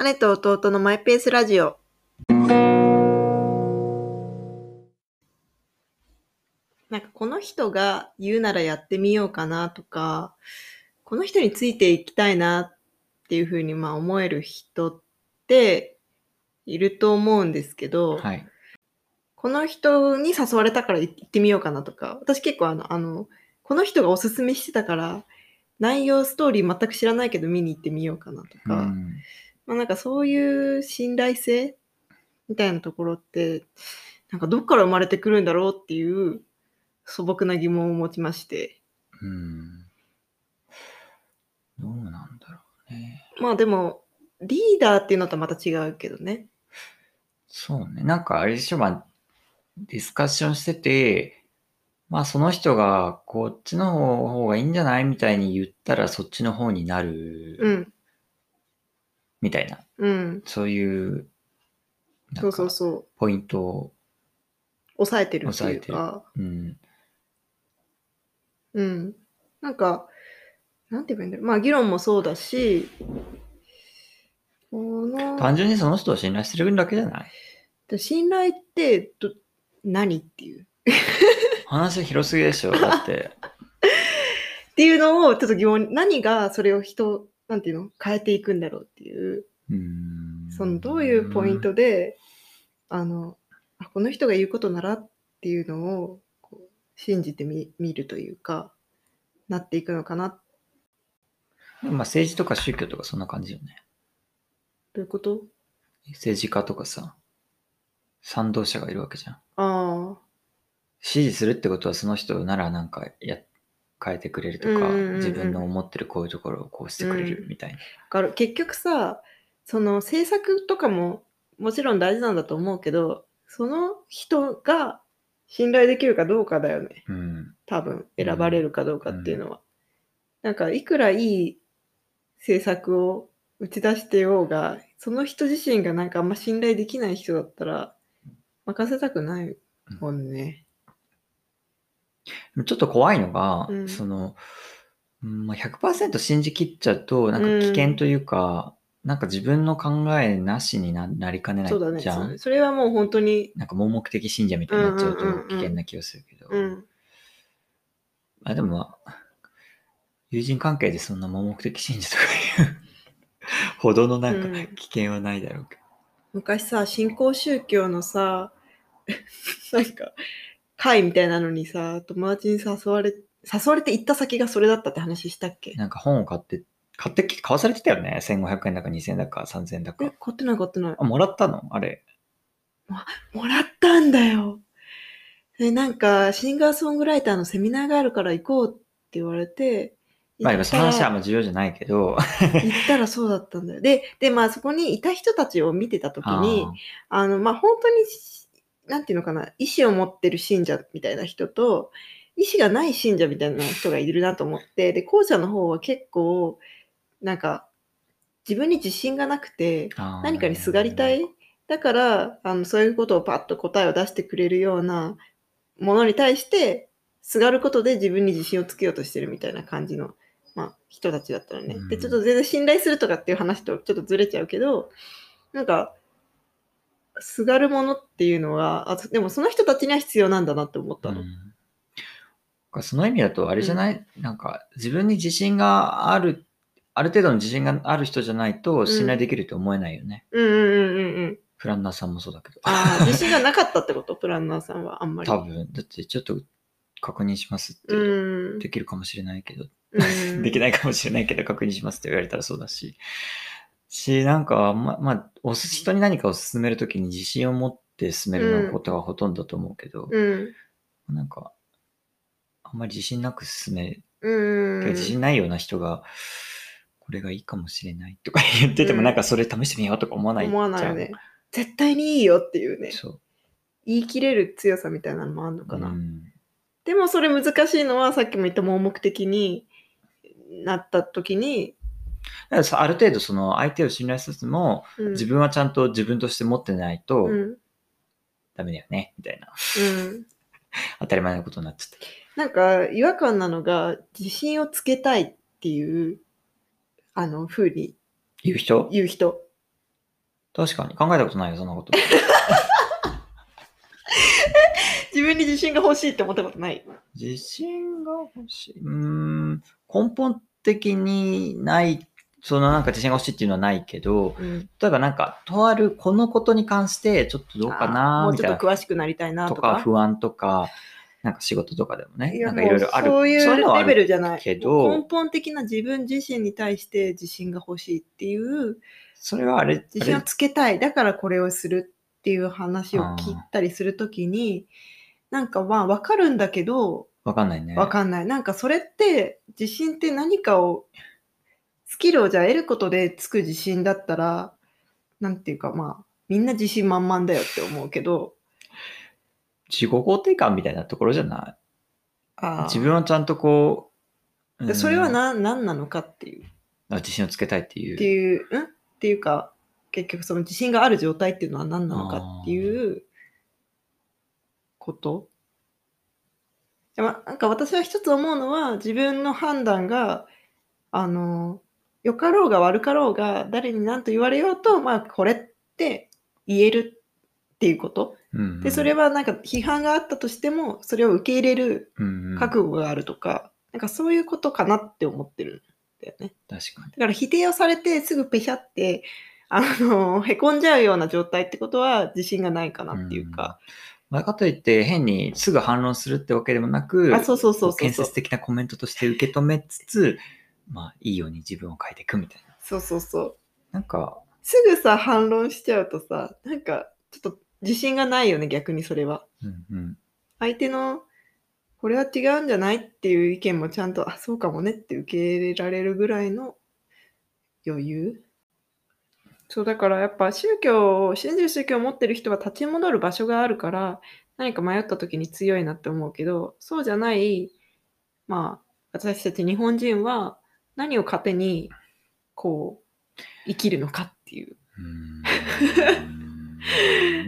姉と弟のマイペースラジオ。なんかこの人が言うならやってみようかなとか、この人についていきたいなっていうふうにまあ思える人っていると思うんですけど、はい。この人に誘われたから行ってみようかなとか、私結構あの、あの、この人がおすすめしてたから、内容、ストーリー全く知らないけど見に行ってみようかなとうか、ん。まあなんかそういう信頼性みたいなところって、なんかどっから生まれてくるんだろうっていう素朴な疑問を持ちまして。うん。どうなんだろうね。まあでも、リーダーっていうのとはまた違うけどね。そうね。なんかあれでしょ、まあ、ディスカッションしてて、まあその人がこっちの方方がいいんじゃないみたいに言ったらそっちの方になる、うん、みたいな、うん。そういう、なそんうそかうそう。ポイントを、抑えてるっていうか抑。うん、うん。なんか、なんて言えばいいんだろう。まあ議論もそうだし、この、単純にその人を信頼してるだけじゃない信頼ってど、何っていう。話広すぎでしょ、だって。 っていうのをちょっと疑問に何がそれを人なんていうの変えていくんだろうっていううーんそのどういうポイントで、あのあこの人が言うことならっていうのをこう信じてみ見るというかなっていくのかなまあ政治とか宗教とかそんな感じよね。ということ政治家とかさ、賛同者がいるわけじゃん。ああ支持するってことはその人ならなんかや変えてくれるとか、うんうんうん自分の思ってるこういうところをこうしてくれるみたいな。だから結局さその政策とかももちろん大事なんだと思うけどその人が信頼できるかどうかだよねうん。多分選ばれるかどうかっていうのは。なんかいくらいい政策を打ち出してようがその人自身がなんかあんま信頼できない人だったら任せたくないもんね。ちょっと怖いのが、うんその、うんまあ、100%信じきっちゃうと、なんか危険というか、なんか自分の考えなしにななりかねなそうだいねじゃそん。うそれはもう本当に、なんか盲目的信者みたいになっちゃううんうんうんうとん危険な気がするけど。うん、あ、でもまあ、友人関係でそんな盲目的信者とかいう ほどのなんかうん危険はないだろうけ昔さ新興宗教のさ なんか会みたいなのにさ友達に誘われ誘われて行った先がそれだったって話したっけど、なんか本を買って、買ってき、買わされてたよね。1500円だか2000円だか3000円だえか。買ってない買ってないあ、もらったのあれ。もらったんだよ。で、なんか、シンガーソングライターのセミナーがあるから行こうって言われて、まあ、行今っそたのら話はあんま重要じゃないけ行ど。ったらそうだったんだよ。で、で、まあそこにいた人たちを見てたときに、あの、まあ本当にし、なんていうのかな、意思を持ってる信者みたいな人と、意思がない信者みたいな人がいるなと思って、で、後者の方は結構、なんか、自分に自信がなくて、何何かにすがりたいだからあのそういうことをパッと答えを出してくれるようなものに対してすがることで自分に自信をつけようとしてるみたいな感じの、まあ、人たちだったのね。でうんちょっと全然信頼するとかっていう話とちょっとずれちゃうけどなんかすがるものっていうのはあでもその人たちには必要なんだなって思ったの。うんその意味だと、あれじゃない、なんか、自分に自信がある、ある程度の自信がある人じゃないと、信頼できると思えないよね。うんうんうんうん。プランナーさんもそうだけど。あ あ、自信がなかったってことプランナーさんはあんまり。多分、だってちょっと確認しますって、うん。できるかもしれないけど、うんできないかもしれないけど確認しますって言われたらそうだし、し、なんか、ま、まあ、おす人に何かを進めるときに自信を持って進めるのことがほとんどだと思うけど、うん。なんか、あんまり自信なく進めうん。自信ないような人が、これがいいかもしれないとか言ってても、うんなんかそれ試してみようとか思わない思わないじゃよんね。絶対にいいよっていうねそう。言い切れる強さみたいなのもあるのかな、うんでもそれ難しいのはさっきも言った盲目的になった時に、だからさある程度、その相手を信頼しつつも、うん、自分はちゃんと自分として持ってないとうん、うんダメだよね、みたいな。当たり前のことになっちゃっなんか違和感なのが自信をつけたいっていうあの風にて。いう人言う人確かに。考えたことないよ、そん なこと。自分に自信が欲しいって思ったことない。自信が欲しい。うーん、根本的にない、そのなんか自信が欲しいっていうのはないけど、うん、例えばなんか、とあるこのことに関して、ちょっとどうかあーもなうみちたいょっなと詳しくなりたいなととかか。不安とか、なんか仕事とかでもね、やなんかいろいろある。もうそういうのはあレるベルじゃない。けど根本的な自分自身に対して自信が欲しいっていう、それはあれ、自信あをれつけたい、だからこれをするっていう話を聞いたりするときに、なんかまあわかるんだけど、わかんないね。わかんない。なんかそれって、自信って何かを、スキルをじゃあ得ることでつく自信だったら、なんていうかまあ、みんな自信満々だよって思うけど、自己肯定感みたいなところじゃないあ自分はちゃんとこう、うんそれはな何なのかっていう。あ自信をつけたいっていう。っていう、んっていうか、結局その自信がある状態っていうのは何なのかっていうこと。でもなんか私は一つ思うのは自分の判断が、あの、良かろうが悪かろうが誰に何と言われようと、まあこれって言えるっていうこと。うんうんで、それはなんか批判があったとしても、それを受け入れるうんうん確覚悟があるとか、なんかそういうことかなって思ってるんだよね。かに。だから否定をされてすぐペシャって、あの、 へこんじゃうような状態ってことは自信がないかなっていうか。まあ、かといって変にすぐ反論するってわけでもなく、あ、そうそうそうこうそう建そう設。的なコメントとして受け止めつつ、まあ、いいように自分を変えていくみたいな。そうそうそう。なんか、すぐさ、反論しちゃうとさ、なんか、ちょっと自信がないよね、逆にそれは。うんうん、相手の、これは違うんじゃないっていう意見もちゃんと、あ、そうかもねって受け入れられるぐらいの余裕。そう、だからやっぱ宗教を、信じる宗教を持ってる人は立ち戻る場所があるから、何か迷った時に強いなって思うけど、そうじゃない、まあ、私たち日本人は何を糧に、こう、生きるのかっていう。うーん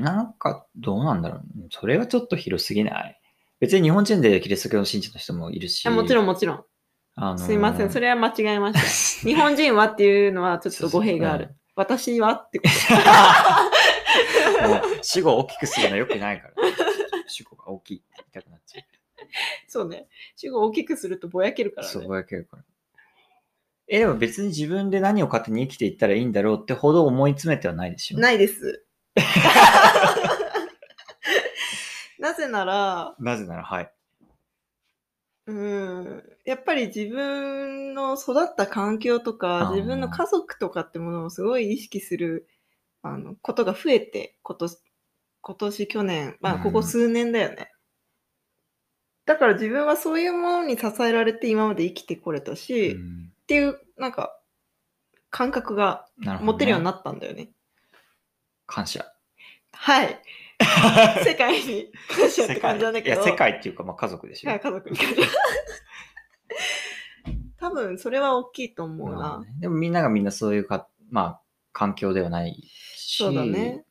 なんか、どうなんだろう。それはちょっと広すぎない。別に日本人でキリスト教の信者の人もいるし。あもちろん。んもちろん。あのすいません、それ。れは間違えました。日本人はっていうのはちょっと語弊がある。私はってこと。うん。死語を大きくするのはよくないから。死語が大きいって言いたくなっちゃそうね。主語を大きくするとぼやけるかう。らそうね。ぼやけるから。え、でも別に自分で何を勝手に生きていったらいいんだろうってほど思い詰めてはないでしょ。ないです。 なぜなら、なぜなら、はい。うん、やっぱり自分の育った環境とあか、ー自分の家族とかってものをすごい意識するあのことが増えて、今年、今年、去年、まあ、うんここ数年だよね。だから自分はそういうものに支えられて今まで生きてこれたし、うっんていう、なんか、感覚がなるほどね持てるようになったんだよね。感謝。 はい。世界に感謝って感じなんだけど。いや、世界っていうか、まあ家族でしょ。はい家族に感謝。 多分それは大きいと思うまあな。ねでもみんながみんなそういうか、まあ、環境ではないし。そうだね。。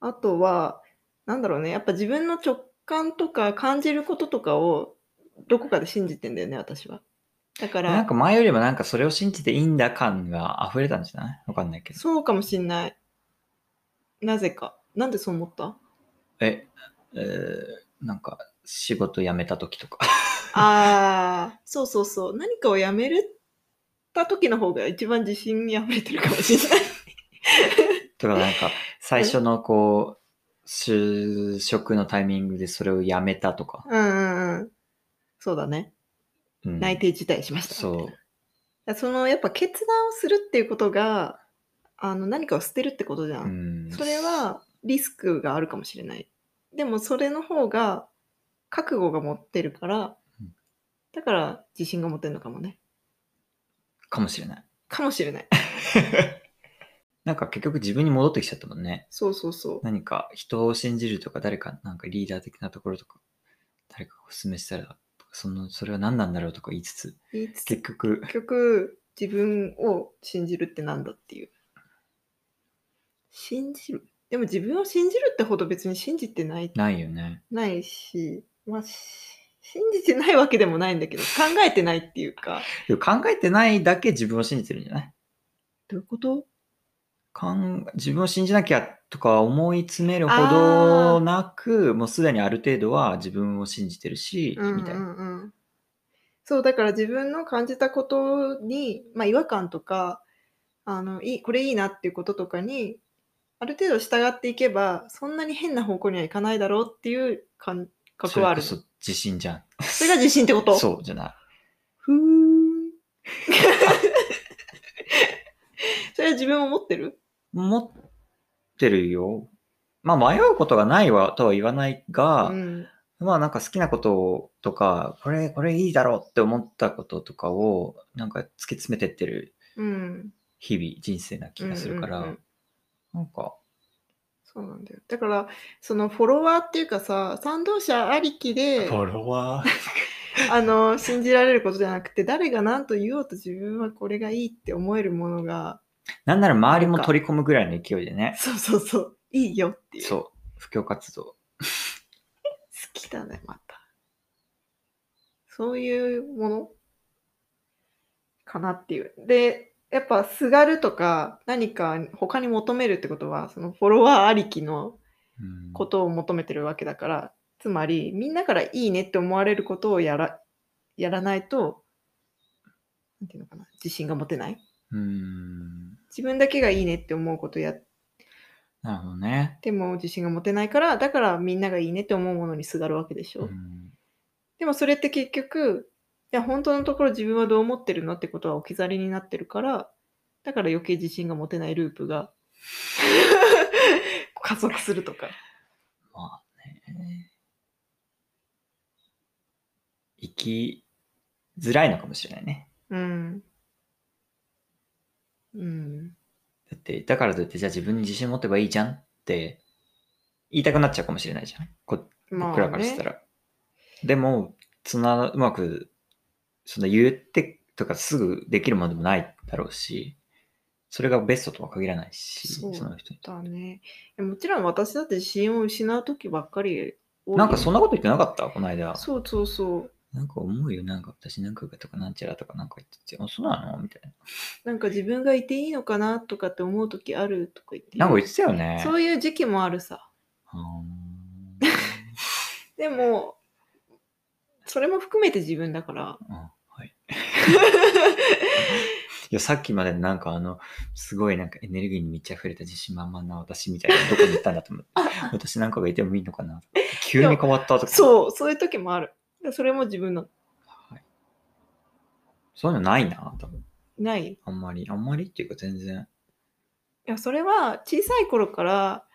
あとは、なんだろうね。やっぱ自分の直感とか感じることとかをどこかで信じてんだよね、私は。だかならん、か前よりもなんかそれを信じていいんだ感が溢れたんじゃないわかんないけど。そうかもしんない。なぜか。なんでそう思ったえ、えーなんか仕事辞めた時とか。ああ、そうそうそう。何かをやめるた時の方が一番自信に溢れてるかもし れない。とかなんか最初のこう、就職のタイミングでそれを辞めたとか。うんうんうん。そうだね。うん内定辞退しました。そう。そのやっぱ決断をするっていうことが、あの何かを捨てるってことじゃ。うんん。それはリスクがあるかもしれない。でもそれの方が覚悟が持ってるからうん、だから自信が持てるのかもね。かもしれない。かもしれない。なんか結局自分に戻ってきちゃったもんね。そうそうそう。何か人を信じるとか誰かなんかリーダー的なところとか誰かお勧めしたらとかそのそれは何なんだろうとか言いつつ言いつつ結局結局自分を信じるってなんだっていう信じるでも自分を信じるってほど別に信じてないないよねないしまあし信じてないわけでもないんだけど考えてないっていうかでも考えてないだけ自分を信じてるんじゃないどういうことかん自分を信じなきゃとか思い詰めるほあーどなくもうすでにある程度は自分を信じてるし、うんみたいな。うんうんそうだから自分の感じたことに、まあ、違和感とかあのいいこれいいなっていうこととかにある程度従っていけばそんなに変な方向にはいかないだろうっていう感覚はあるそそれこそ自信じゃん。れが自信ってことそうじゃない。ふーん それは自分を持ってる持ってるよ。まあ迷うことがないわとは言わないが、うんまあなんか好きなこととか、これ、これいいだろうって思ったこととかを、なんか突き詰めてってるうん日々、人生な気がするから、うんうんうんなんか、そうなんだよだからそのフォロワーっていうかさ賛同者ありきでロワー。あの信じられることじゃなくて誰が何と言おうと自分はこれがいいって思えるものがなんなら周りも取り込むぐらいの勢いでね、そうそうそういいよっていう好そう、布教活動。きだねまたそういうものかなっていうでやっぱすがるとか何か他に求めるってことはそのフォロワーありきのうんことを求めてるわけだからつまりみんなからいいねって思われることをやらやらないとなんていうのかな自信が持てないうん。自分だけがいいねって思うことやっなるほどね。ても自信が持てないからだからみんながいいねって思うものにすがるわけでしょ、うんでもそれって結局いや本当のところ自分はどう思ってるのってことは置き去りになってるからだから余計自信が持てないループ が加速するとかまあね。生きづらいのかもしれないね。うんうんだって、だからといって、じゃあ自分に自信持てばいいじゃんって言いたくなっちゃうかもしれないじゃん。こま僕らあからしねたら。でも、そんなうまく、その言ってとかすぐできるものでもないだろうし、それがベストとは限らないし、そそうの人に。だねいやもちろん私だって自信を失う時ばっかり多いなんかそんなこと言ってなかったこの間。そうそうそうなんか思うよ。なんか私なんかとかなんちゃらとかなんか言ってて、あ、そうなのみたいなんか自分がいていいのかなとかって思う時あるとか言ってな。なんか言ってたよね。そういう時期もあるさあでもそれも含めて自分だからーあはい。いや、さっきまでなんかあの、すごいなんかエネルギーに満ち溢れた自信満々な私みたいな、どこに行ったんだと思って、私なんかがいてもいいのか なとか急に変わったとか。う。そうそういう時もあるそれも自分のはい、そういうのないな、多分。ないいあんまり、あんまりっていうか全然。やそれは小さい頃から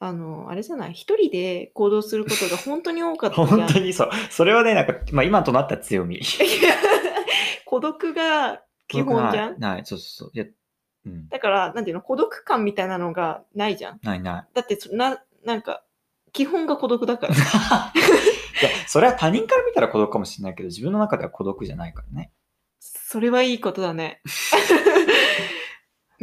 あのあれじゃない一人で行動することが本当に多かったじゃ 本ん当にそう。それはね、なんか、まあ今となった強み。孤独が 基本じゃんない、ないそうそうそう。いや、うん。だからなんていうの孤独感みたいなのがないじゃんないない。 だってそななんか基本が孤独だからいや、それは他人から見たら孤独かもしれないけど、自分の中では孤独じゃないからね。それはいいことだ ね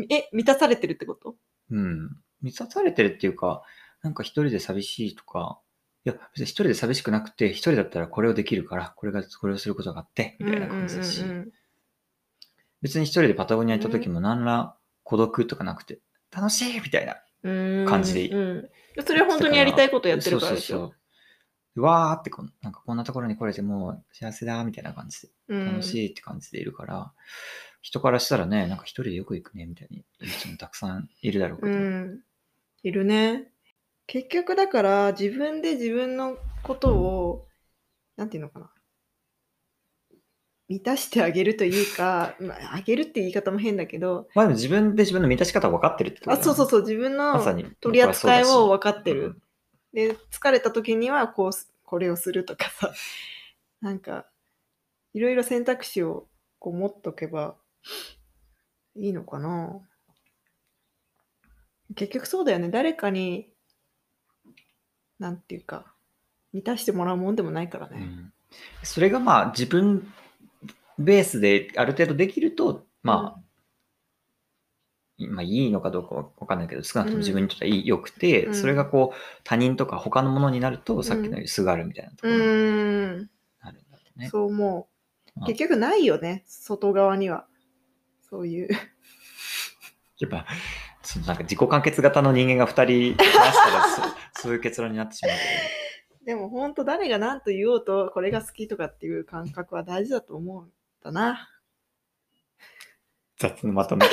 え満たされてるってことうん。満たされてるっていうか、なんか一人で寂しいとか、いや、別に一人で寂しくなくて、一人だったらこれをできるから、これが、これをすることがあって、みたいな感じだしうんう、んうんうん別に一人でパタゴニア行った時も何ら孤独とかなくて、楽しいみたいな。感じでうんうん、それは本当にやりたいことやってるからそうでしそうょそう。うわーってこん、なんかこんなところに来れてもう幸せだ、みたいな感じで。楽い、しいって感じでいるから、人からしたらね、なんか一人でよく行くねみたいに言う人もたくさんいるだろうけうど、ん、いるね結局だから自分で自分のことを、なんていうのかな満たしてあげるというか、まあ、あげるって言い方も変だけどまあでも自分で自分の満たし方分かってるってことあそうそうう。そう自分のまさに。取り扱いを分か分かってる、。で疲れた時にはこうすこれをするとかさ なんかいろいろ選択肢をこう持っとけばいいのかな結局そうだよね誰かになんていうか満たしてもらうもんでもないからうね、んそれがまあ自分ベースである程度できると、まあ、まあいいのかどうか分かんないけど、少なくとも自分にとってはいい、良くて、うんそれがこう他人とか他のものになると、さっきのようにすがるみたいなうところにーんなるんだろうね。そう思うまあ結局ないよね外側にはそういうやっぱ、そのなんか自己完結型の人間が2人いましたらそそういう結論になってしまうけでも本当誰が何と言おうとこれが好きとかっていう感覚は大事だと思うんだな。 ど雑なまとめ